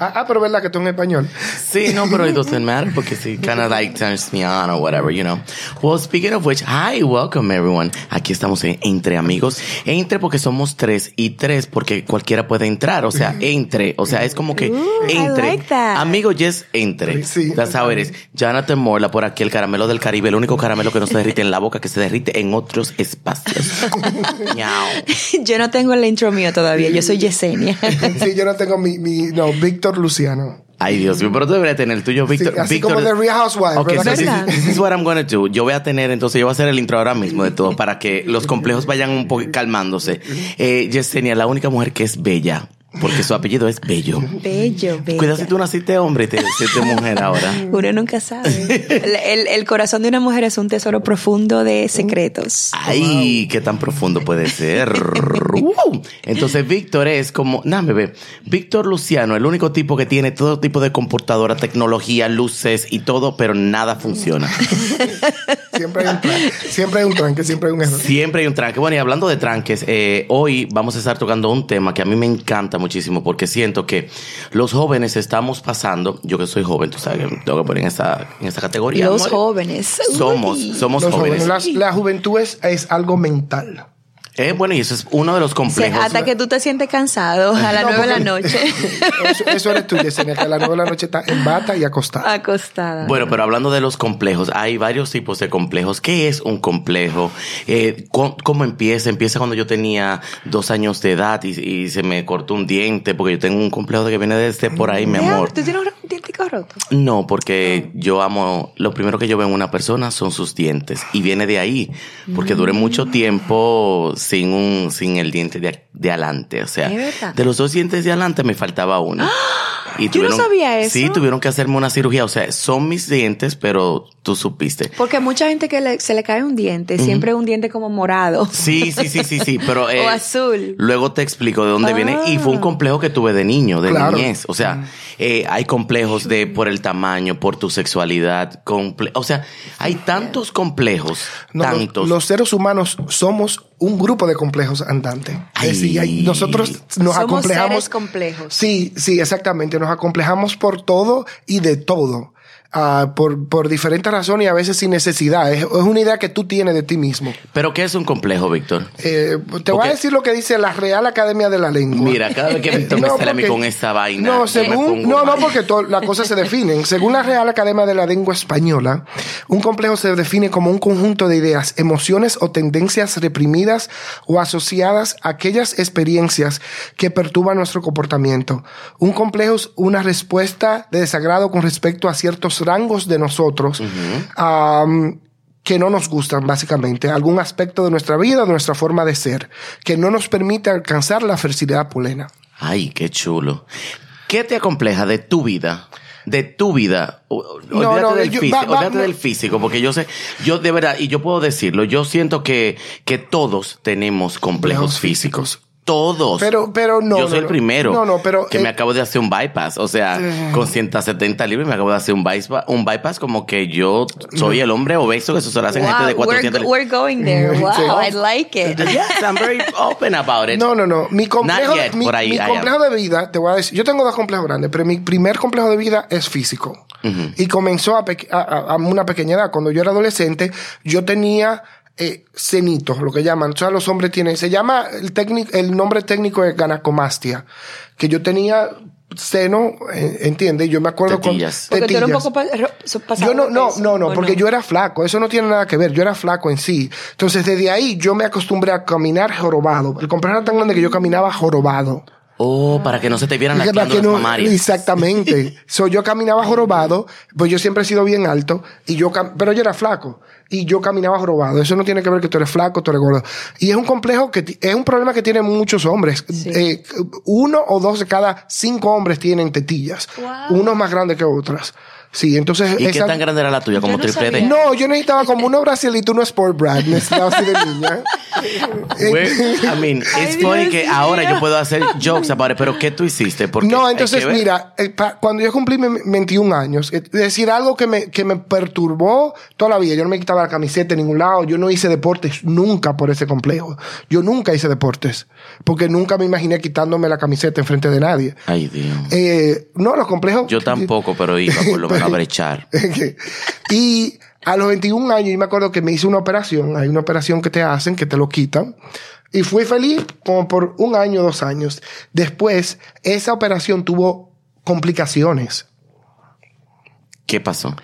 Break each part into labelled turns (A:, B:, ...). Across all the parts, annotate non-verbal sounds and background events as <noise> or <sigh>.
A: Ah, ah, pero verdad que tú en español.
B: See, no, but it doesn't matter because it kind of like turns me on or whatever, you know. Well, speaking of which, hi, welcome everyone. Aquí estamos en entre amigos. Entre porque somos tres y tres porque cualquiera puede entrar. O sea, entre. O sea, es como que
C: I
B: entre.
C: like that.
B: Amigo, yes, entre.
A: Sí.
B: That's how it is. Jonathan Morla por aquí, el caramelo del Caribe, el único caramelo que no se derrite en la boca, que se derrite en otros espacios. <laughs> Miau.
C: <laughs> Yo no tengo el intro mío todavía. Yo soy Yesenia.
A: Sí, yo no tengo mi, mi no, Víctor Luciano.
B: Ay, Dios mío, pero tú deberías tener el tuyo, Víctor.
A: así
B: Víctor-
A: como de Real Housewives,
B: Ok,
A: ¿verdad
B: so
A: que
B: this,
C: sí?
B: is- this is what I'm gonna do. Yo voy a tener, entonces, yo voy a hacer el intro ahora mismo de todo para que los complejos vayan un poco calmándose. Eh, Yesenia, la única mujer que es bella, porque su apellido es Bello.
C: Bello, bello.
B: Cuidado si tú naciste hombre y te hiciste mujer ahora.
C: Uno nunca sabe. El, el- el corazón de una mujer es un tesoro profundo de secretos.
B: Ah, Ay, qué tan profundo puede ser. Wow. Entonces, Víctor es como, nah, bebé. Víctor Luciano, el único tipo que tiene todo tipo de computadora, tecnología, luces y todo, pero nada funciona.
A: Siempre hay un tranque, siempre hay un tranque, siempre hay un error.
B: Siempre hay un tranque. Bueno, y hablando de tranques, eh, hoy vamos a estar tocando un tema que a mí me encanta muchísimo porque siento que los jóvenes estamos pasando, yo que soy joven, tú sabes que me tengo que poner en esa, en esa categoría.
C: Los
B: amor.
C: jóvenes.
B: Somos,
C: Uy.
B: somos
A: Los
B: jóvenes.
A: jóvenes, las- la juventud es, es algo mental.
B: Eh, bueno, y eso es uno de los
C: Se-
B: complejos.
C: hasta que tú te sientes cansado a las
A: No,
C: nueve de la
A: porque-
C: noche.
A: Eso, eso eres tú, Yesenia, que a las nueve de la noche está en bata y acostada.
C: Acostada.
B: Bueno, pero hablando de los complejos, hay varios tipos de complejos. ¿Qué es un complejo? Eh, ¿cu- ¿Cómo empieza? Empieza cuando yo tenía dos años de edad y, y se me cortó un diente, porque yo tengo un complejo de que viene desde por ahí, mi
C: Vea,
B: amor.
C: Tú tienes un dientico roto.
B: No, porque yo amo, lo primero que yo veo en una persona son sus dientes y viene de ahí, porque duré
C: Mm.
B: mucho tiempo sin un, sin el diente de, de adelante, o sea,
C: ¿Es verdad? ¡Ah!
B: de los dos dientes de adelante me faltaba uno. Y
C: Yo no sabía eso.
B: Sí, tuvieron que hacerme una cirugía, o sea, son mis dientes, pero tú supiste.
C: Porque mucha gente que le- se le cae un diente, siempre un diente como morado.
B: Sí, sí, sí, sí, sí, pero... eh,
C: <laughs> O azul.
B: Luego te explico de dónde viene. Y fue un
C: Ah. Mm.
B: complejo que tuve de niño, de
A: Claro.
B: niñez. O sea, eh, hay complejos de por el tamaño, por tu sexualidad. comple- o sea, hay tantos complejos,
A: No, los-
B: tantos.
A: Los, seres humanos somos un grupo de complejos andantes.
B: Ay.
A: Es decir, hay- nosotros nos
C: Somos
A: acomplejamos.
C: seres complejos.
A: Sí, sí, exactamente. Nos acomplejamos por todo y de todo. Ah, por, por diferentes razones y a veces sin necesidad. Es, es una idea que tú tienes de ti mismo.
B: Pero ¿qué es un complejo, Víctor?
A: Eh, te voy
B: Ok.
A: a decir lo que dice la Real Academia de la Lengua.
B: Mira,
A: <laughs>
B: cada vez que Víctor me
A: Eh, No,
B: sale a mí
A: porque-
B: con esa vaina. yo
A: No,
B: me
A: según,
B: pongo
A: no, no,
B: mal.
A: porque to- las cosas se definen. Según la Real Academia de la Lengua Española, un complejo se define como un conjunto de ideas, emociones o tendencias reprimidas o asociadas a aquellas experiencias que perturban nuestro comportamiento. Un complejo es una respuesta de desagrado con respecto a ciertos rangos de nosotros. am, que no nos gustan, básicamente, algún aspecto de nuestra vida, de nuestra forma de ser, que no nos permite alcanzar la felicidad plena.
B: Ay, qué chulo. ¿Qué te acompleja de tu vida? De tu vida. O- o-
A: No,
B: olvídate
A: no,
B: del,
A: yo-
B: físico,
A: va- va-
B: olvídate del físico, porque yo sé, yo de verdad, y yo puedo decirlo, yo siento que, que todos tenemos complejos
A: Complejos
B: físicos. Todos.
A: Pero- pero no,
B: Yo
A: no,
B: soy el
A: no.
B: primero.
A: No, no, pero,
B: Que me
A: eh,
B: acabo de hacer un bypass. O sea, con 170 libras me acabo de hacer un bypass, un bypass como que yo soy el hombre obeso que eso se lo hacen gente de
C: Wow, we're,
B: 400 libras.
C: we're going there. Wow,
A: Sí.
C: I like it.
B: Yes,
A: <laughs>
B: I'm very open about it.
A: No, no, no. Mi complejo,
B: Not yet,
A: mi,
B: but I-
A: mi
B: I am.
A: complejo de vida, te voy a decir, yo tengo dos complejos grandes, pero mi primer complejo de vida es físico. Y comenzó a, pe- a- a- a una pequeña edad. Cuando yo era adolescente, yo tenía eh, cenitos, lo que llaman. O sea, los hombres tienen, se llama, el, técnico, el nombre técnico es ganacomastia, que yo tenía seno, eh, ¿entiendes? Yo me acuerdo
B: Tetillas.
A: con...
C: Porque tú eres un
A: tetillas.
C: poco pa- ro- so- pasado
A: Yo no,
C: de
A: no,
C: peso,
A: no, no,
C: ¿o
A: porque yo era flaco. Eso no tiene nada que ver. Yo era flaco en sí. Entonces, desde ahí yo me acostumbré a caminar jorobado. El complejo era tan grande que yo caminaba jorobado.
B: Oh, para que no se te vieran las
A: Para que
B: glándulas
A: no-
B: mamarias. <laughs>
A: exactamente. so, yo caminaba jorobado, pues yo siempre he sido bien alto, y yo cam- pero yo era flaco, y yo caminaba jorobado. Eso no tiene que ver que tú eres flaco, tú eres gordo. Y es un complejo que ti- es un problema que tienen muchos hombres. Eh, uno o dos de cada cinco hombres tienen tetillas.
C: Wow.
A: Unos más grandes que otras. Sí, entonces...
B: ¿Y qué
A: esa-
B: tan grande era la tuya? Como
C: no
B: triple D.
C: sabía.
A: no, yo necesitaba como uno brasilito, uno sport brad. Necesitaba así de niña. eh.
B: We're- I
A: <laughs>
B: mean, it's
C: Ay,
B: funny
C: Dios
B: que
C: mío.
B: ahora yo puedo hacer jokes about it, pero ¿qué tú hiciste? Porque
A: No,
B: hay
A: entonces
B: que ver.
A: mira, eh, pa- cuando yo cumplí mi- 21 años, eh, es decir, algo que me, que me perturbó toda la vida, yo no me quitaba la camiseta en ningún lado, yo no hice deportes nunca por ese complejo, yo nunca hice deportes, porque nunca me imaginé quitándome la camiseta enfrente de nadie.
B: Ay, Dios.
A: Eh, no, los complejos...
B: Yo tampoco, pero iba por lo menos a brechar.
A: <laughs> y a los 21 años, yo me acuerdo que me hice una operación. Hay una operación que te hacen, que te lo quitan. Y fui feliz como por un año, dos años. Después, esa operación tuvo complicaciones.
B: ¿Qué pasó?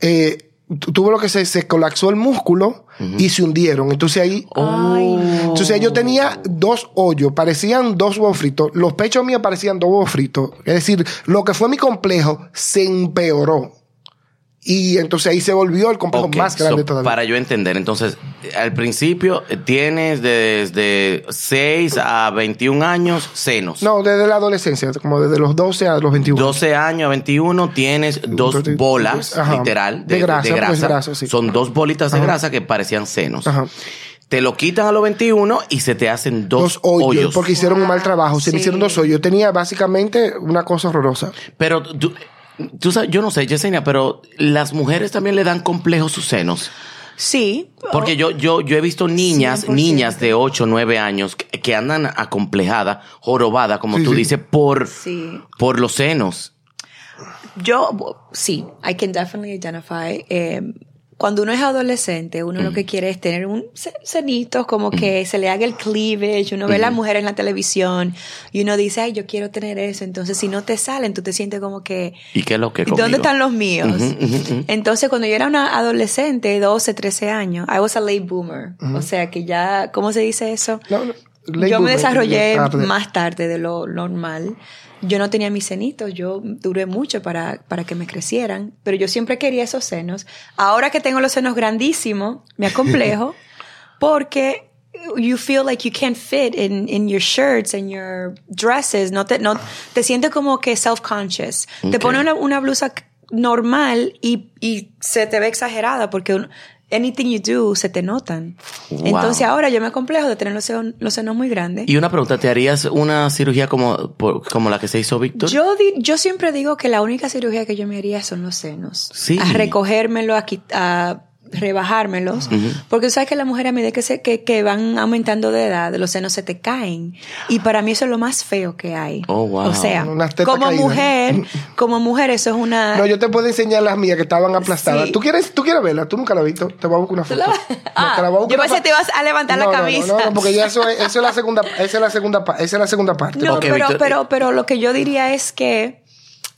A: Eh, tu- tuvo lo que se, se colapsó el músculo y se hundieron. Entonces ahí
C: Ay, no.
A: Entonces yo tenía dos hoyos, parecían dos huevos fritos. Los pechos míos parecían dos huevos fritos. Es decir, lo que fue mi complejo se empeoró. Y entonces ahí se volvió el complejo
B: Ok,
A: más grande
B: so,
A: todavía.
B: Para yo entender, entonces, al principio eh, tienes desde 6 a 21 años senos.
A: No, desde la adolescencia, como desde los 12 a los 21.
B: 12 años a 21 tienes dos
A: Entonces,
B: bolas,
A: pues, ajá,
B: literal, de,
A: de
B: de grasa.
A: grasa, pues, grasa, sí.
B: Son dos bolitas de
A: Ajá.
B: grasa que parecían senos.
A: Ajá.
B: Te lo quitan a los 21 y se te hacen dos,
A: Dos hoyos,
B: hoyos.
A: porque hicieron un mal trabajo. Se
C: Sí.
A: me hicieron dos hoyos. Yo tenía básicamente una cosa horrorosa.
B: Pero tú, tú sabes, yo no sé, Yesenia, pero las mujeres también le dan complejos sus senos.
C: Sí. Oh,
B: Porque yo, yo, yo he visto niñas,
C: 100%.
B: niñas de 8, 9 años que, que andan acomplejadas, jorobadas, como
A: Sí,
B: tú
A: sí.
B: dices, por,
C: Sí.
B: por los senos.
C: Yo, bo- sí, I can definitely identify. eh, cuando uno es adolescente, uno
B: Mm.
C: lo que quiere es tener un ce- cenito, como que se le haga el cleavage. Uno ve a
B: Mm.
C: las mujeres en la televisión y uno dice, ay, yo quiero tener eso. Entonces, si no te salen, tú te sientes como que,
B: ¿Y qué es lo que
C: ¿Y ¿Dónde
B: conmigo?
C: están los míos?
B: Ujú, ujú, ujú.
C: Entonces, cuando yo era una adolescente, 12, 13 años, I was a late boomer. O sea, que ya, ¿cómo se dice eso?
A: No, no, late
C: yo me
A: boomer,
C: desarrollé
A: tarde.
C: más tarde de lo normal. Yo no tenía mis senitos, yo duré mucho para, para que me crecieran, pero yo siempre quería esos senos. Ahora que tengo los senos grandísimos, me
B: <laughs>
C: acomplejo porque you feel like you can't fit in, in your shirts and your dresses. No te, no, te sientes como que self-conscious. Te
B: Ok.
C: pone una, una blusa c- normal y, y se te ve exagerada porque un- anything you do se te notan.
B: Wow.
C: Entonces ahora yo me complejo de tener los senos, los senos muy grandes.
B: Y una pregunta, ¿te harías una cirugía como, por- como la que se hizo Víctor?
C: Yo, di- yo siempre digo que la única cirugía que yo me haría son los senos.
B: Sí.
C: A recogérmelo, a, quit- a rebajármelos. Porque tú sabes que las mujeres a medida que, se, que, que van aumentando de edad, los senos se te caen. Y para mí eso es lo más feo que hay.
B: Oh, wow.
C: O sea,
A: Unas tetas
C: como
A: caídas.
B: <laughs>
C: mujer, como mujer eso es una...
A: No, yo te puedo enseñar las mías que estaban aplastadas.
C: Sí.
A: ¿Tú quieres, tú quieres verla? Tú nunca la has visto. Te voy a buscar una foto.
C: la vas-
A: No,
C: Ah,
A: te la voy a buscar
C: yo
A: una
C: pensé
A: pa-
C: te ibas a levantar la
A: No, no,
C: camisa.
A: No, no, no, porque ya eso es, eso es la
C: <laughs>
A: segunda, esa es la segunda, pa- esa es la segunda parte.
C: No,
B: Ok,
C: pero,
B: Victor- eh,
C: pero, pero lo que yo diría es que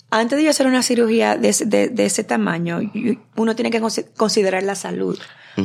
C: antes de yo hacer una cirugía de, ese- de- de ese tamaño, y- uno tiene que consi- considerar la salud.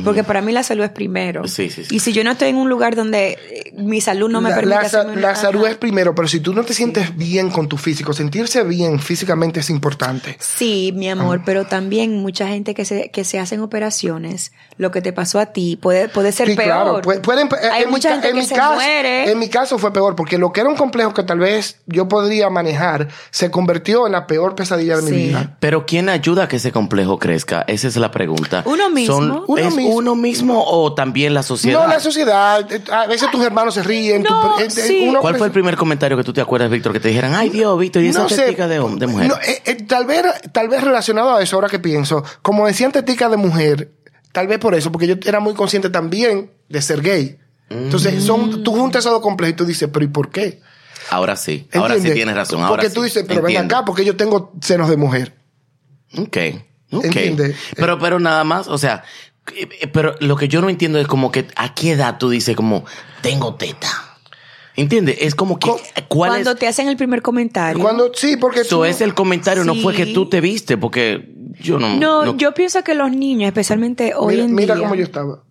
C: Porque para mí la salud es primero.
B: Sí, sí, sí.
C: Y si yo no estoy en un lugar donde eh, mi salud no me
A: la,
C: permite.
A: la sa-
C: hacerme una-
A: la salud
C: Ajá.
A: es primero, pero si tú no te sientes bien con tu físico, sentirse bien físicamente es importante.
C: Sí, mi amor,
A: Ah.
C: pero también mucha gente que se, que se hacen operaciones, lo que te pasó a ti puede, puede ser
A: Sí, claro.
C: peor.
A: pu- pueden- eh,
C: Hay
A: en mi
C: mucha
A: ca-
C: gente
A: en
C: que
A: mi
C: se
A: caso-
C: muere.
A: En mi caso fue peor, porque lo que era un complejo que tal vez yo podría manejar se convirtió en la peor pesadilla de mi
C: Sí.
A: vida.
B: Pero ¿quién ayuda a que ese complejo crezca? Esa es la pregunta.
C: Uno mismo.
A: Uno
B: ¿Es
A: mismo.
B: uno mismo o también la sociedad?
A: No, la sociedad, eh, a veces tus hermanos se ríen. tu
C: No,
A: pre- eh, eh,
C: sí.
A: uno
B: ¿Cuál fue el
A: presi-
B: primer comentario que tú te acuerdas, Víctor, que te dijeran, ay Dios, Víctor, y esa
A: No sé.
B: técnica de, hom- de mujer?
A: No, eh, eh, tal, vez, tal vez relacionado a eso, ahora que pienso, como decían tetica de mujer, tal vez por eso, porque yo era muy consciente también de ser gay.
B: Mm.
A: Entonces, son, tú juntas esos dos complejos y tú dices, pero ¿y por qué?
B: ahora sí, ahora sí
A: ¿Entiendes?
B: tienes razón.
A: Porque
B: ahora
A: tú
B: sí,
A: dices, pero ven
B: entiendo.
A: acá, porque yo tengo senos de mujer.
B: Ok, ok.
A: Entiende.
B: Pero, pero nada más, o sea, eh, eh, pero lo que yo no entiendo es como que a qué edad tú dices como, tengo teta. ¿Entiendes? Es como que,
A: Co-
B: ¿cuál
C: Cuando
B: es?
C: te hacen el primer comentario.
A: Cuando, sí, porque
B: Eso
A: tú-
B: es el comentario, no fue que
C: Sí.
B: tú te viste, porque yo Mm, no...
C: No, yo pienso que los niños, especialmente hoy
A: mira,
C: en
A: mira
C: día.
A: cómo yo estaba.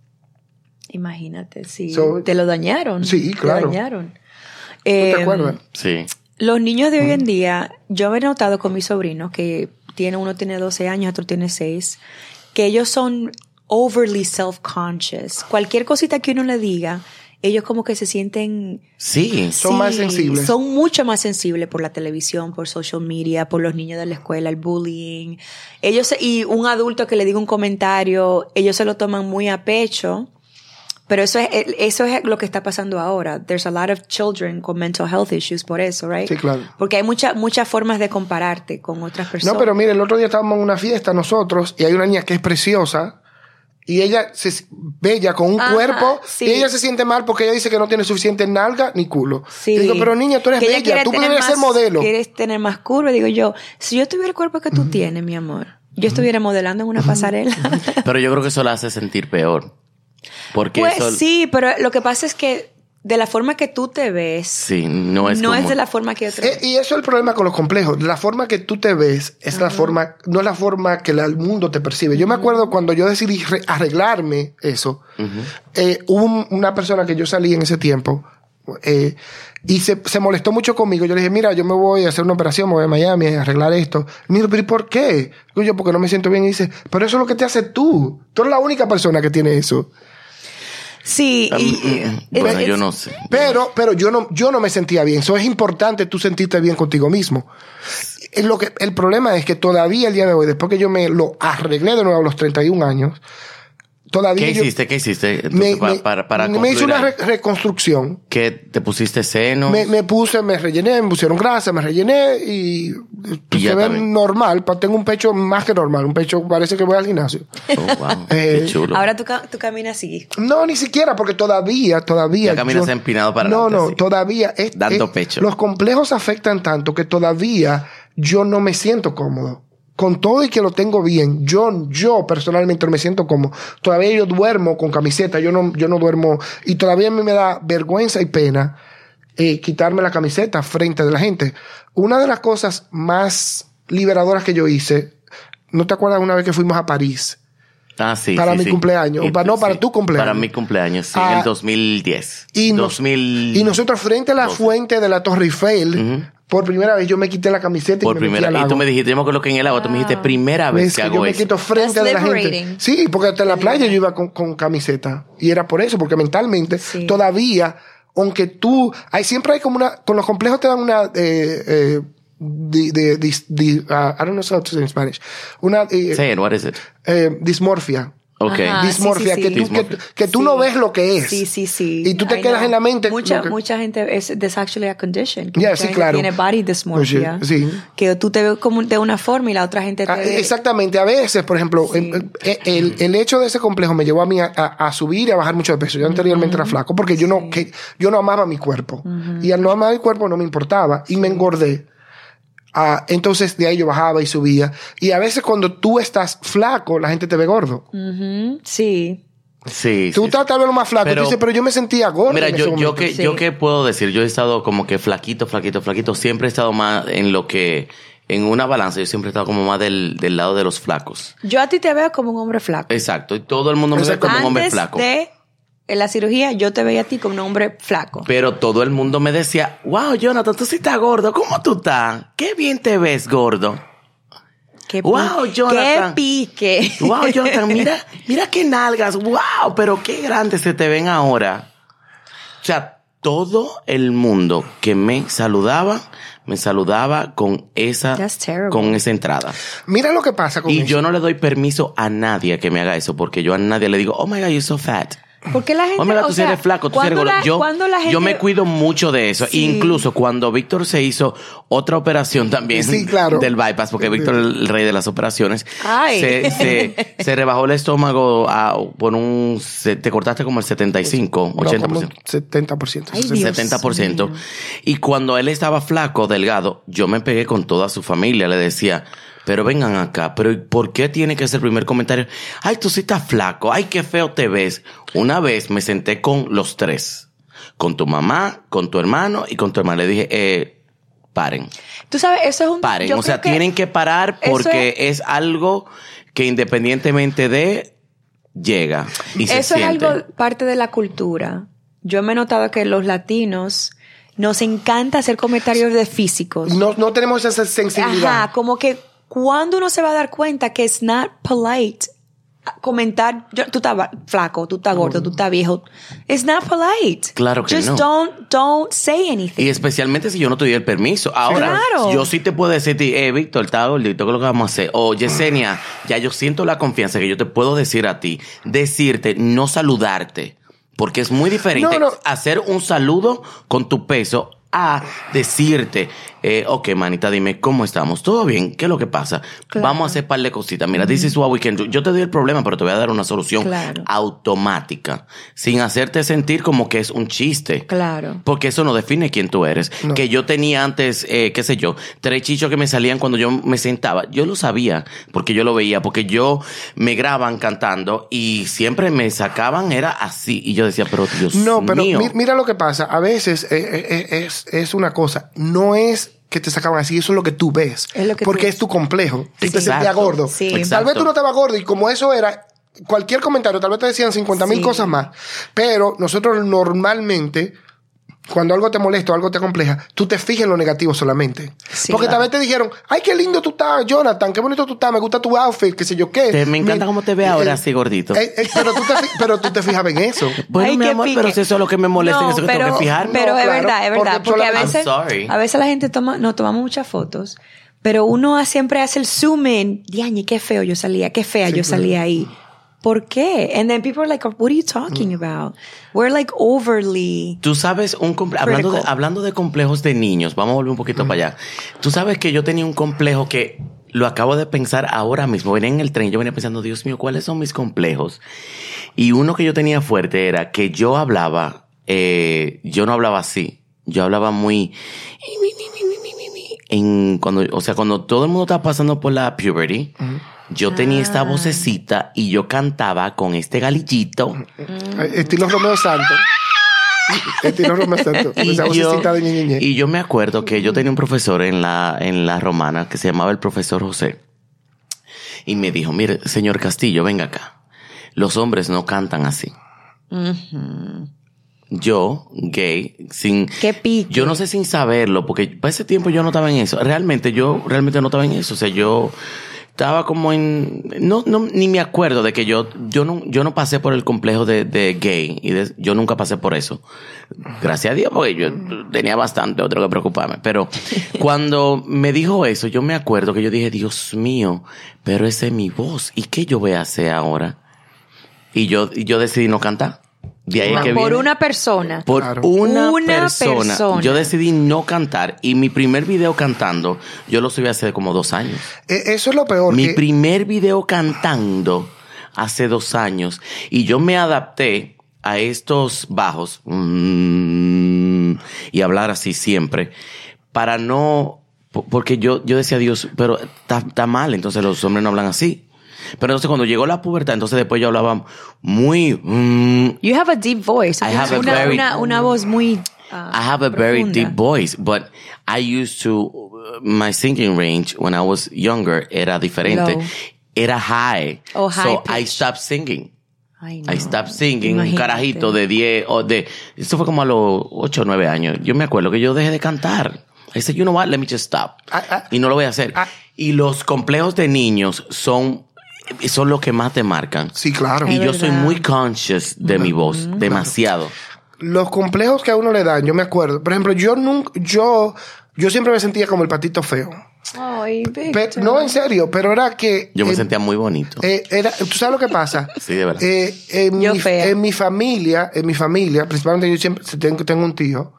C: Imagínate, sí.
A: So-
C: te lo dañaron.
A: Sí, claro.
C: Te dañaron.
A: ¿Tú
C: Eh,
A: te acuerdas? Mm.
B: Sí.
C: Los niños de hoy en día, yo he notado con mis sobrinos que tiene, uno tiene 12 años, otro tiene 6, que ellos son overly self-conscious. Cualquier cosita que uno le diga, ellos como que se sienten
B: Sí.
A: Son más sensibles.
C: Son mucho más sensibles por la televisión, por social media, por los niños de la escuela, el bullying. Ellos, se- y un adulto que le diga un comentario, ellos se lo toman muy a pecho. Pero eso es, eso es lo que está pasando ahora. There's a lot of children con mental health issues por eso, right?
A: Sí, claro.
C: Porque hay muchas muchas formas de compararte con otras personas.
A: No, pero mire, el otro día estábamos en una fiesta nosotros y hay una niña que es preciosa y ella es bella con un
C: Ajá,
A: cuerpo
C: sí.
A: y ella se siente mal porque ella dice que no tiene suficiente nalga ni culo.
C: Sí.
A: Y digo, pero niña, tú eres
C: Que ella
A: bella,
C: quiere
A: tú
C: tener
A: deberías ser
C: más-
A: modelo.
C: Quieres tener más curva, digo yo. Si yo tuviera el cuerpo que tú tienes, mi amor, yo estuviera modelando en una
A: <laughs>
C: pasarela.
B: Pero yo creo que eso la hace sentir peor. Porque
C: pues
B: eso.
C: sí, pero lo que pasa es que de la forma que tú te ves,
B: Sí, no es
C: no
B: como-
C: es de la forma que yo te
A: Eh, y eso es el problema con los complejos. La forma que tú te ves es la forma, no es la forma que la- el mundo te percibe. Yo me acuerdo cuando yo decidí re- arreglarme eso, eh, hubo un- una persona que yo salí en ese tiempo eh, y se, se molestó mucho conmigo. Yo le dije, mira, yo me voy a hacer una operación, me voy a Miami a arreglar esto. Mira, pero ¿y por qué? Digo yo, porque no me siento bien. Y dice, pero eso es lo que te hace tú. Tú eres la única persona que tiene eso.
C: Sí,
B: Ah,
C: y-
B: mm, mm,
A: Pues
C: y-
B: bueno,
C: es-
B: yo no sé.
A: Pero, pero yo no, yo no me sentía bien. Eso es importante tú sentirte bien contigo mismo. Es Lo que, el problema es que todavía el día de hoy, después que yo me lo arreglé de nuevo a los 31 años, todavía
B: ¿Qué
A: yo-
B: hiciste? ¿Qué hiciste?
A: me,
B: Entonces, pa-
A: me-
B: para, para
A: me hice
B: concluir
A: una
B: ahí.
A: re- reconstrucción.
B: ¿Qué? ¿Te pusiste senos?
A: Me, me puse, me rellené, me pusieron grasa, me rellené y,
B: Y ya
A: se
B: está
A: ve
B: bien.
A: normal. pa- Tengo un pecho más que normal. Un pecho parece que voy al gimnasio.
B: Oh,
A: <laughs>
B: wow.
A: Eh,
B: Qué chulo.
C: ahora tú, ca- tú caminas así.
A: No, ni siquiera, porque todavía, todavía.
B: Ya caminas
A: yo-
B: empinado para
A: No,
B: adelante,
A: no,
B: sí.
A: todavía. es-
B: Dando
A: es-
B: pecho.
A: Los complejos afectan tanto que todavía yo no me siento cómodo. Con todo y que lo tengo bien, yo, yo personalmente no me siento cómodo. Todavía yo duermo con camiseta, yo no, yo no duermo. Y todavía a mí me da vergüenza y pena eh, quitarme la camiseta frente de la gente. Una de las cosas más liberadoras que yo hice, ¿no te acuerdas una vez que fuimos a París?
B: Ah, sí,
A: para
B: sí,
A: mi
B: sí.
A: cumpleaños.
B: Y-
A: Pa- no, para
B: sí.
A: tu cumpleaños.
B: Para mi cumpleaños, sí,
A: Ah,
B: en el 2010.
A: Y, nos-
B: 2000...
A: y nosotros frente a la fuente de la Torre Eiffel, por primera vez yo me quité la camiseta
B: Por
A: y me metí
B: primera
A: al
B: Y tú
A: lago.
B: me dijiste, yo me acuerdo que en el agua, tú me
C: Ah.
B: dijiste, primera vez
A: Es
B: que
A: que
B: hago
A: yo me
B: eso.
A: quito frente
C: That's
A: de la gente.
C: liberating.
A: Sí, porque hasta en la playa yo iba con, con camiseta. Y era por eso, porque mentalmente
C: Sí.
A: todavía, aunque tú, hay siempre hay como una, con los complejos te dan una, eh, eh, di- di- dis- di- ah, I don't know how to say in Spanish. Una eh,
B: Say it, what is it?
A: eh, dismorfia.
B: Ok.
C: Ajá. Ah, sí,
A: dismorfia,
C: sí,
A: que
C: sí.
A: tú, que,
B: Dismorfia.
A: que tú
C: Sí.
A: no ves lo que es.
C: Sí, sí, sí.
A: Y tú te
C: I
A: quedas
C: know.
A: en la mente.
C: Mucha,
A: lo que-
C: mucha gente, es that's actually a condition.
A: Yeah,
C: Mucha
A: sí,
C: gente
A: claro.
C: Tiene body dysmorphia.
A: Oye, sí.
C: Que tú te ves como de una forma y la otra gente te
A: Ah,
C: ve.
A: Exactamente, a veces, por ejemplo, em- em- el, el hecho de ese complejo me llevó a mí a, a- a subir y a bajar mucho de peso. Yo anteriormente era flaco porque yo no, que, yo no amaba mi cuerpo. Y al no amar mi cuerpo no me importaba y me engordé. Ah, entonces de ahí yo bajaba y subía. Y a veces cuando tú estás flaco, la gente te ve gordo.
C: Ujú, Sí.
B: Sí.
A: Tú
B: sí,
A: estás tal vez lo más flaco.
B: Pero-
A: tú dices, pero yo me sentía gordo.
B: Mira,
A: en ese
B: yo, yo,
A: momento".
B: que,
C: sí.
B: yo que puedo decir, yo he estado como que flaquito, flaquito, flaquito. Siempre he estado más en lo que, en una balanza, yo siempre he estado como más del, del lado de los flacos.
C: Yo a ti te veo como un hombre flaco.
B: Exacto. Y todo el mundo me ve
A: Exacto.
B: como un hombre
C: Antes
B: flaco.
C: de en la cirugía, yo te veía a ti como un hombre flaco.
B: Pero todo el mundo me decía, wow, Jonathan, tú sí estás gordo. ¿Cómo tú estás? Qué bien te ves, gordo.
C: Qué
B: Wow,
C: pique.
B: Jonathan.
C: Qué pique.
B: Wow, Jonathan, mira, mira qué nalgas. Wow, pero qué grandes se te ven ahora. O sea, todo el mundo que me saludaba, me saludaba con esa,
C: That's terrible.
B: con esa entrada.
A: Mira lo que pasa con
B: Y
A: eso.
B: yo no le doy permiso a nadie que me haga eso, porque yo a nadie le digo, oh my God, you're so fat.
C: Porque la gente.
B: Oh my God,
C: o
B: tú sí
C: sea,
B: eres flaco, tú sí eres
C: ¿cuándo
B: gordo.
C: la-
B: Yo,
C: cuándo la
B: yo
C: gente-
B: me cuido mucho de eso.
C: Sí.
B: Incluso cuando Víctor se hizo otra operación también
A: Sí, claro.
B: del bypass, porque Víctor es el rey de las operaciones,
C: Ay.
B: Se, se- se rebajó el estómago a, por un... se- te cortaste como el 75,
A: No,
B: 80%.
A: como 70%.
C: Ay,
A: 60%.
C: Dios.
B: 70%. Y cuando él estaba flaco, delgado, yo me pegué con toda su familia. Le decía, pero vengan acá, pero ¿y ¿por qué tiene que ser el primer comentario? Ay, tú sí estás flaco, ay, qué feo te ves. Una vez me senté con los tres, con tu mamá, con tu hermano y con tu hermana. Le dije, eh, paren,
C: Tú sabes, eso es un.
B: paren.
C: yo
B: O
C: creo
B: sea,
C: que-
B: tienen que parar
C: eso
B: porque es... algo que independientemente de, llega y se
C: Eso
B: siente.
C: es algo parte de la cultura. Yo me he notado que los latinos nos encanta hacer comentarios de físicos.
A: No, no tenemos esa sensibilidad.
C: Ajá, como que cuando uno se va a dar cuenta que es not polite comentar, yo- tú estás ba- flaco, tú estás gordo, tú estás viejo. It's not polite.
B: Mm. Claro que
C: Just
B: no.
C: don't, don't say anything.
B: Y especialmente si yo no te doy el permiso. Ahora,
C: Claro.
B: yo sí te puedo decir, a ti, eh, Víctor, está gordito, ¿qué es lo que vamos a hacer? O Yesenia, ya yo siento la confianza que yo te puedo decir a ti, decirte, no saludarte. Porque es muy diferente
A: No, no.
B: hacer un saludo con tu peso a decirte, eh, ok, manita, dime cómo estamos, todo bien, qué es lo que pasa,
C: Claro.
B: vamos a hacer par de cositas, mira, this is what we can do. Yo te doy el problema, pero te voy a dar una solución
C: Claro.
B: automática, sin hacerte sentir como que es un chiste.
C: Claro.
B: Porque eso no define quién tú eres.
A: No.
B: Que yo tenía antes, eh, qué sé yo, tres chichos que me salían cuando yo me sentaba. Yo lo sabía, porque yo lo veía, porque yo me graban cantando y siempre me sacaban, era así. Y yo decía, pero Dios
A: No, pero
B: mío.
A: mi- mira lo que pasa. A veces eh, eh, eh, es, es una cosa. No es que te sacaban así, eso es lo que tú ves.
C: Es lo que tú
A: porque
C: ves.
A: es tu complejo. Tú te
B: Exacto.
A: sentías gordo.
C: Sí.
A: Tal vez
B: Exacto.
A: tú no estabas gordo y como eso era, cualquier comentario, tal vez te decían 50 mil
C: Sí.
A: cosas más. Pero nosotros normalmente, cuando algo te molesta o algo te compleja, tú te fijas en lo negativo solamente.
C: Sí,
A: Porque tal
B: claro.
A: vez te dijeron, ay, qué lindo tú estás, Jonathan, qué bonito tú estás, me gusta tu outfit, qué sé yo qué.
B: Te- me encanta
A: Mi-
B: cómo te ve
A: eh,
B: ahora así, gordito.
A: eh, eh, pero, tú te, fi- pero tú te fijas en eso.
B: Bueno,
C: Ay,
B: mi
C: qué
B: amor,
C: pique.
B: pero si eso es lo que me molesta, en
C: No,
B: eso que
C: pero,
B: tengo que fijarme.
C: Pero
A: No,
C: es
A: claro,
C: verdad, es verdad.
A: porque
C: Porque, a
A: solamente-
C: veces,
B: I'm sorry.
C: a veces la gente toma, no toma muchas fotos, pero uno siempre hace el zoom in. Diañe, qué feo yo salía, qué fea
A: Sí,
C: yo
A: claro.
C: salía ahí. ¿Por qué? And then people are like, what are you talking
B: Mm.
C: about? We're like overly.
B: Tú sabes, un comple- hablando, de,
C: Critical.
B: hablando de complejos de niños, vamos a volver un poquito para allá. Tú sabes que yo tenía un complejo que lo acabo de pensar ahora mismo. Venía en el tren, yo venía pensando, Dios mío, ¿cuáles son mis complejos? Y uno que yo tenía fuerte era que yo hablaba, eh, yo no hablaba así. Yo hablaba muy. En cuando, o sea, cuando todo el mundo estaba pasando por la puberty, yo tenía esta vocecita y yo cantaba con este galillito.
A: Eh, Estilo Romeo Santos. Estilo Romeo Santos.
B: Y
A: Esa
B: yo,
A: vocecita de ñe, ñe, ñe.
B: y yo me acuerdo que yo tenía un profesor en la, en la romana que se llamaba el profesor José. Y me dijo, mire, señor Castillo, venga acá. Los hombres no cantan así. Mm-hmm. Yo, gay, sin...
C: Qué pique.
B: Yo no sé sin saberlo, porque para ese tiempo yo no estaba en eso. Realmente, yo realmente no estaba en eso. O sea, yo estaba como en... No, no, ni me acuerdo de que yo... Yo no, yo no pasé por el complejo de, de gay. Y de- yo nunca pasé por eso. Gracias a Dios, porque yo tenía bastante otro que preocuparme.
C: <laughs>
B: Pero cuando me dijo eso, yo me acuerdo que yo dije, Dios mío, pero esa es mi voz. ¿Y qué yo voy a hacer ahora? Y yo, y yo decidí no cantar. De ahí es que
C: Por
B: viene.
C: una persona.
B: Por
A: Claro.
B: una,
C: Una
B: persona,
C: persona.
B: Yo decidí no cantar y mi primer video cantando, yo lo subí hace como dos años.
A: Eh, Eso es lo peor.
B: Mi
A: que-
B: primer video cantando hace dos años y yo me adapté a estos bajos mm, y hablar así siempre para no, po- porque yo, yo decía Dios, pero está está mal, entonces los hombres no hablan así. Pero entonces cuando llegó la pubertad, entonces después yo hablaba muy... mm,
C: You have a deep voice.
B: I have a
C: una,
B: very-
C: una, una voz muy. ah,
B: I have a very
C: profunda.
B: deep voice, but I used to my singing range when I was younger era diferente.
C: Low.
B: Era high.
C: Oh,
B: so
C: high
B: I
C: pitch.
B: stopped singing.
C: Ay, no.
B: I stopped singing, un
C: Imagínate.
B: carajito de 10 o de eso fue como a los 8 o 9 años. Yo me acuerdo que yo dejé de cantar. I said, "You know what? Let me just stop."
A: Ah, ah.
B: y no lo voy a hacer.
A: Ah.
B: y los complejos de niños son son los que más te marcan.
A: Sí, claro.
B: y
C: Es
B: yo soy
C: verdad.
B: muy conscious de mi voz, demasiado.
A: Los complejos que a uno le dan, yo me acuerdo. Por ejemplo, yo nunca, yo, yo siempre me sentía como el patito feo.
C: Ay,
A: Pe-
C: Víctor.
A: no, en serio, pero era que.
B: Yo me
A: eh,
B: sentía muy bonito.
A: eh, era, ¿Tú sabes lo que pasa?
B: <laughs> Sí, de verdad.
A: Eh, en,
C: Yo
A: mi,
C: fea.
A: en mi familia, en mi familia, principalmente yo siempre tengo, tengo un tío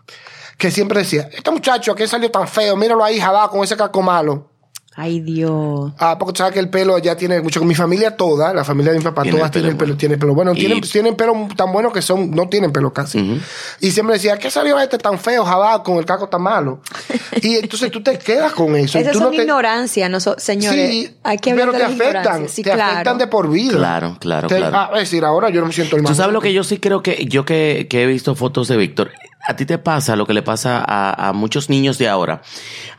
A: que siempre decía, este muchacho que salió tan feo, míralo ahí, jabá, con ese caco malo.
C: Ay, Dios.
A: Ah, porque tú sabes que el pelo allá tiene mucho. Mi familia toda, la familia de mi papá,
B: Tiene
A: todas
B: el pelo
A: tienen pelo, tienen pelo. Bueno,
B: bueno. Y-
A: tienen, tienen pelo tan bueno que son, no tienen pelo casi. Y siempre decía, ¿qué salió este tan feo, jabá, con el caco tan malo? y entonces tú te quedas con eso. y
C: Esas
A: tú
C: son
A: no te-
C: ignorancia, no so- señores.
A: Sí,
C: hay que hablar
A: pero
C: de
A: te
C: las
A: afectan,
C: ignorancias. Sí,
A: te
C: claro.
A: afectan de por vida.
B: Claro, claro,
A: Te-
B: claro.
A: ah, es decir, ahora yo no me siento el
B: Tú
A: más
B: sabes lo que
A: bonito.
B: yo sí creo que, yo que, que he visto fotos de Víctor, a ti te pasa lo que le pasa a, a muchos niños de ahora.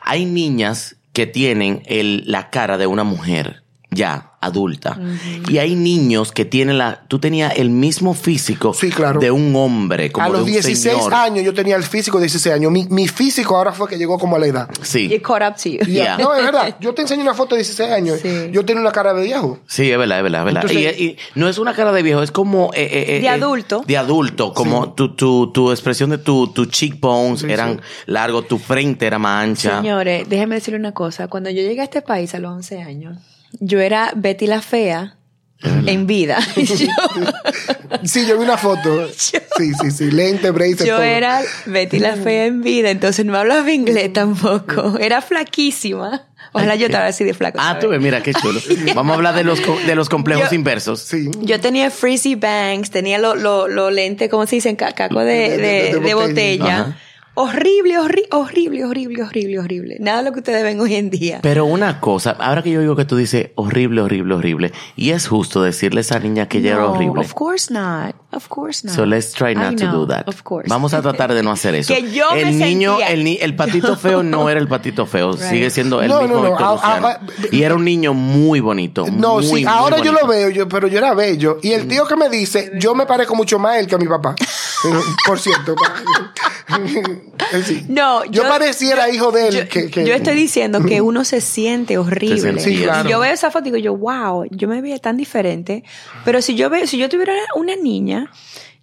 B: Hay niñas que tienen el, la cara de una mujer ya adulta y hay niños que tienen la tú tenías el mismo físico
A: Sí, claro.
B: de un hombre como
A: A
B: de
A: los
B: un
A: 16
B: señor.
A: años yo tenía el físico de 16 años. Mi, mi físico ahora fue que llegó como a la edad.
B: sí
C: It caught up
B: <laughs>
C: to you.
B: Yeah.
A: No, es verdad. Yo te enseño una foto de 16 años.
C: Sí.
A: Yo tengo una cara de viejo.
B: Sí, es verdad, es verdad, es verdad.
A: Entonces-
B: y, y no es una cara de viejo, es como... eh, eh, eh,
C: De
B: eh,
C: adulto.
B: De adulto, como tu, tu, tu expresión de tu, tu cheekbones eran largos, tu frente era más ancha.
C: Señores, déjenme decirle una cosa. Cuando yo llegué a este país a los 11 años, yo era Betty la Fea en vida. <laughs>
A: <laughs>
C: Yo,
A: Sí, yo vi una
C: <laughs>
A: foto. Sí, sí, sí. Lente, braces,
C: yo
A: todo.
C: era Betty la Fea en vida, entonces no hablaba inglés
A: <laughs>
C: tampoco. Era flaquísima. Ojalá yo estaba así de flaco.
B: Ah,
C: ¿sabes?
B: tú ves, mira qué chulo. Vamos a hablar de los, co- de los complejos
C: Yo-
B: inversos.
A: Sí.
C: Yo tenía frizzy bangs, tenía los lo, lo lentes, ¿cómo se dicen? Ca- Caco de,
A: De- de-
C: de-
A: de
C: de
A: botella.
C: botella.
B: Ajá.
C: Horrible, horri- horrible, horrible, horrible, horrible. Nada de lo que ustedes ven hoy en día.
B: Pero una cosa, ahora que yo digo que tú dices horrible, horrible, horrible, y es justo decirle a esa niña que ella era
C: No,
B: horrible.
C: Of course not. Of course not.
B: So let's try
C: I
B: not to
C: know,
B: do that.
C: Of course.
B: Vamos a tratar de no hacer eso.
C: Que yo
B: el
C: me
B: niño,
C: sentía-
B: el, ni- el patito feo no era el patito feo,
C: Right.
B: sigue siendo el
A: No,
B: mismo
A: no, no,
B: Víctor
A: ah,
B: Luciano.
A: ah, ah,
B: y era un niño muy bonito.
A: No,
B: muy,
A: sí,
B: muy
A: ahora yo lo
B: bonito.
A: veo, yo, pero yo era bello. Y el tío que me dice, yo me parezco mucho más a él que a mi papá. <laughs> Por
C: <laughs>
A: cierto. <laughs> Eh, Sí.
C: No,
A: yo, pareciera
C: yo-
A: hijo de él.
C: Yo,
A: que, que-
C: yo estoy diciendo que uno se siente horrible.
B: sentía.
A: Sí, claro.
C: Yo veo esa foto y digo yo, wow, yo me veía tan diferente. Pero si yo veo, si yo tuviera una niña,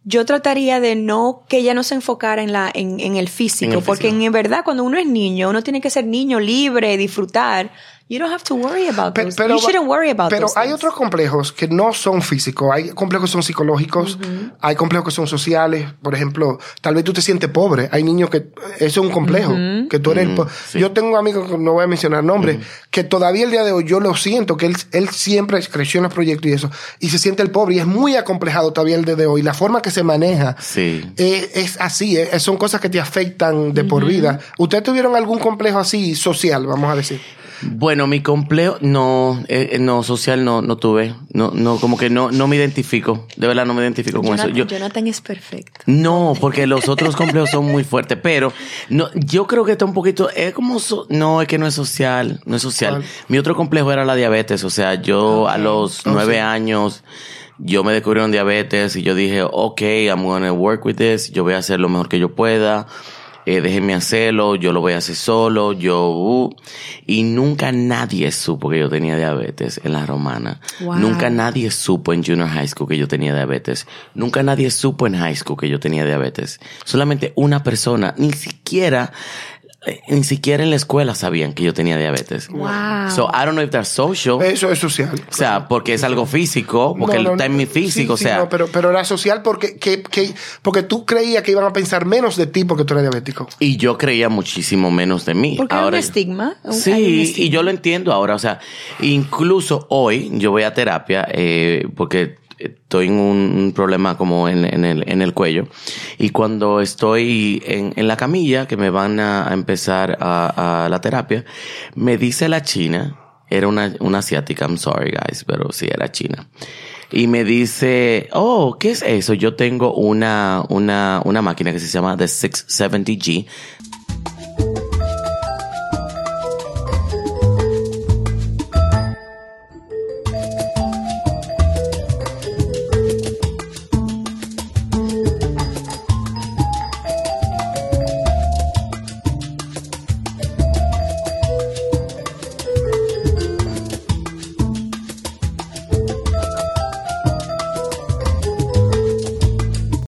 C: yo trataría de no que ella no se enfocara en la, en, en el físico,
B: En el
C: porque
B: físico.
C: en verdad cuando uno es niño, uno tiene que ser niño libre, disfrutar. You don't have to worry about
A: Pe-
C: those.
A: pero
C: you shouldn't worry about
A: pero
C: those
A: hay
C: things.
A: otros complejos que no son físicos, hay complejos que son psicológicos,
C: Mm-hmm.
A: hay complejos que son sociales, por ejemplo, tal vez tú te sientes pobre, hay niños que eso es un complejo,
C: Mm-hmm.
A: que tú eres el po-
B: Mm-hmm. sí. Mm-hmm.
A: Yo tengo un amigo que no voy a mencionar nombres, que todavía el día de hoy yo lo siento que él él siempre creció en los proyectos y eso y se siente el pobre y es muy acomplejado todavía el día de hoy, la forma que se maneja.
B: Sí.
A: eh, Es, así, eh, son cosas que te afectan de
C: Mm-hmm.
A: por vida. ¿Ustedes tuvieron algún complejo así social, vamos a decir?
B: Bueno, mi complejo, no, eh, eh, no, social no, no tuve. No, no, como que no, no me identifico. De verdad no me identifico con eso.
C: Jonathan,
B: Yo-
C: Jonathan es perfecto.
B: No, porque los otros complejos son muy fuertes, pero no, yo creo que está un poquito, es como, so- no, es que no es social, no es social.
A: ¿Cuál?
B: Mi otro complejo era la diabetes, o sea, yo a los
A: Ah. Oh,
B: nueve
A: sí.
B: años, yo me descubrieron diabetes y yo dije, ok, I'm gonna work with this, yo voy a hacer lo mejor que yo pueda, eh, déjenme hacerlo, yo lo voy a hacer solo, yo, uh. y nunca nadie supo que yo tenía diabetes en la romana.
C: Wow.
B: Nunca nadie supo en junior high school que yo tenía diabetes. Nunca nadie supo en high school que yo tenía diabetes. Solamente una persona, ni siquiera, eh, ni siquiera en la escuela sabían que yo tenía diabetes.
C: Wow.
B: So I don't know if that's social.
A: Eso es social.
B: o sea, porque es algo físico, porque
A: Eh, No, no,
B: está en mi físico,
A: sí,
B: o
A: sí,
B: sea.
A: no, pero, pero era social porque, que, que- porque tú creías que iban a pensar menos de ti porque tú eras diabético.
B: Y yo creía muchísimo menos de mí.
C: Porque hay un
B: Ahora-
C: estigma. un-
B: Sí,
C: hay un
B: y
C: estigma.
B: yo lo entiendo ahora. O sea, incluso hoy yo voy a terapia eh, porque estoy en un, un problema como en, en el, en el cuello. Y cuando estoy en, en la camilla, que me van a, a empezar a, a la terapia, me dice la china, era una, una asiática, I'm sorry guys, pero sí era china. Y me dice, oh, ¿qué es eso? Yo tengo una, una, una máquina que se llama The 670G.